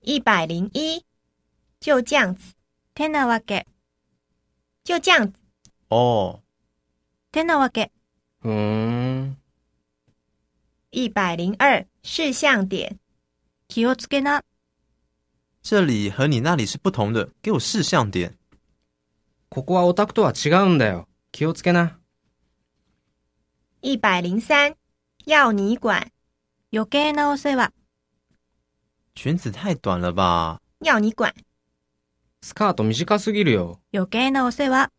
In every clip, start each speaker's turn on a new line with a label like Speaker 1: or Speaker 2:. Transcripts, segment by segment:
Speaker 1: 一百零一，就这样子，
Speaker 2: てなわけ、
Speaker 1: 就这样子，
Speaker 3: あ
Speaker 2: てなわけ、
Speaker 3: あ、ふーん、
Speaker 1: 一百零二事项点，
Speaker 2: 気をつけな、
Speaker 3: 这里和你那里是不同的，给我事项点。
Speaker 4: ここはオタクとは違うんだよ。気をつけな。
Speaker 1: 一百零三要你管，
Speaker 2: 余計なお世話、
Speaker 3: 裙子太短了吧？
Speaker 1: 要你管，
Speaker 4: スカート短すぎるよ。
Speaker 2: 余計なお世話、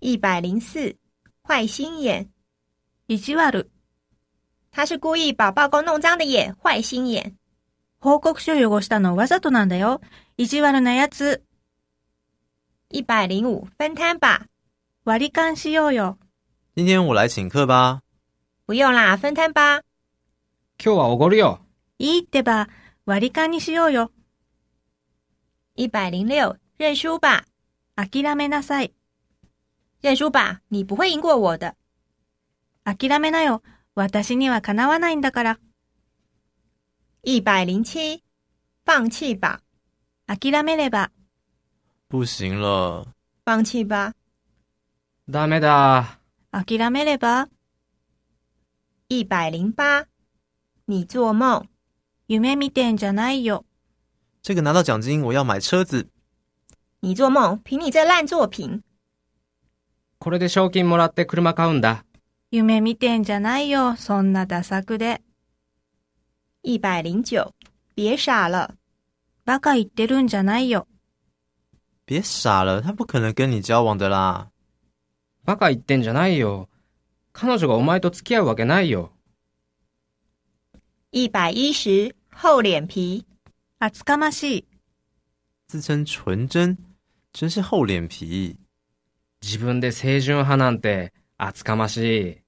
Speaker 1: 一百零四坏心眼，
Speaker 2: 意地悪、
Speaker 1: 他是故意把报告弄脏的耶，坏心眼。
Speaker 2: 報告書汚したのわざとなんだよ。意地悪なやつ、
Speaker 1: 一百零五分摊吧，
Speaker 2: 割り勘しようよ。
Speaker 3: 今天我来请客吧。
Speaker 1: 不用啦，分摊吧。
Speaker 4: 今日はおごるよ。
Speaker 2: いいってば、割り勘にしようよ。
Speaker 1: 一百零六认输吧，
Speaker 2: 諦めなさい。
Speaker 1: 认输吧，你不会赢过我的。
Speaker 2: 諦めなよ。私にはかなわないんだから。
Speaker 1: 一百零七放弃吧，
Speaker 2: 諦めれば、
Speaker 3: 不行了，
Speaker 1: 放弃吧。
Speaker 4: ダメだ。
Speaker 2: 諦めれば、
Speaker 1: 一百零八你做梦，
Speaker 2: 夢見てんじゃないよ。
Speaker 3: 这个拿到奖金我要买车子。
Speaker 1: 你做梦，凭你这烂作品。
Speaker 4: これで賞金もらって車買うんだ。
Speaker 2: 夢見てんじゃないよ。そんなダ作で。
Speaker 1: 一百零九别傻了。
Speaker 2: バカ言ってるんじゃないよ。
Speaker 3: 别傻了，他不可能跟你交往的啦。
Speaker 4: バカ言ってんじゃないよ。彼女がお前と付き合うわけないよ。
Speaker 1: 一百一十厚脸皮，
Speaker 2: 厚かましい。
Speaker 3: 自称纯真，真是厚脸皮。
Speaker 4: 自分で清純派なんて、厚かましい。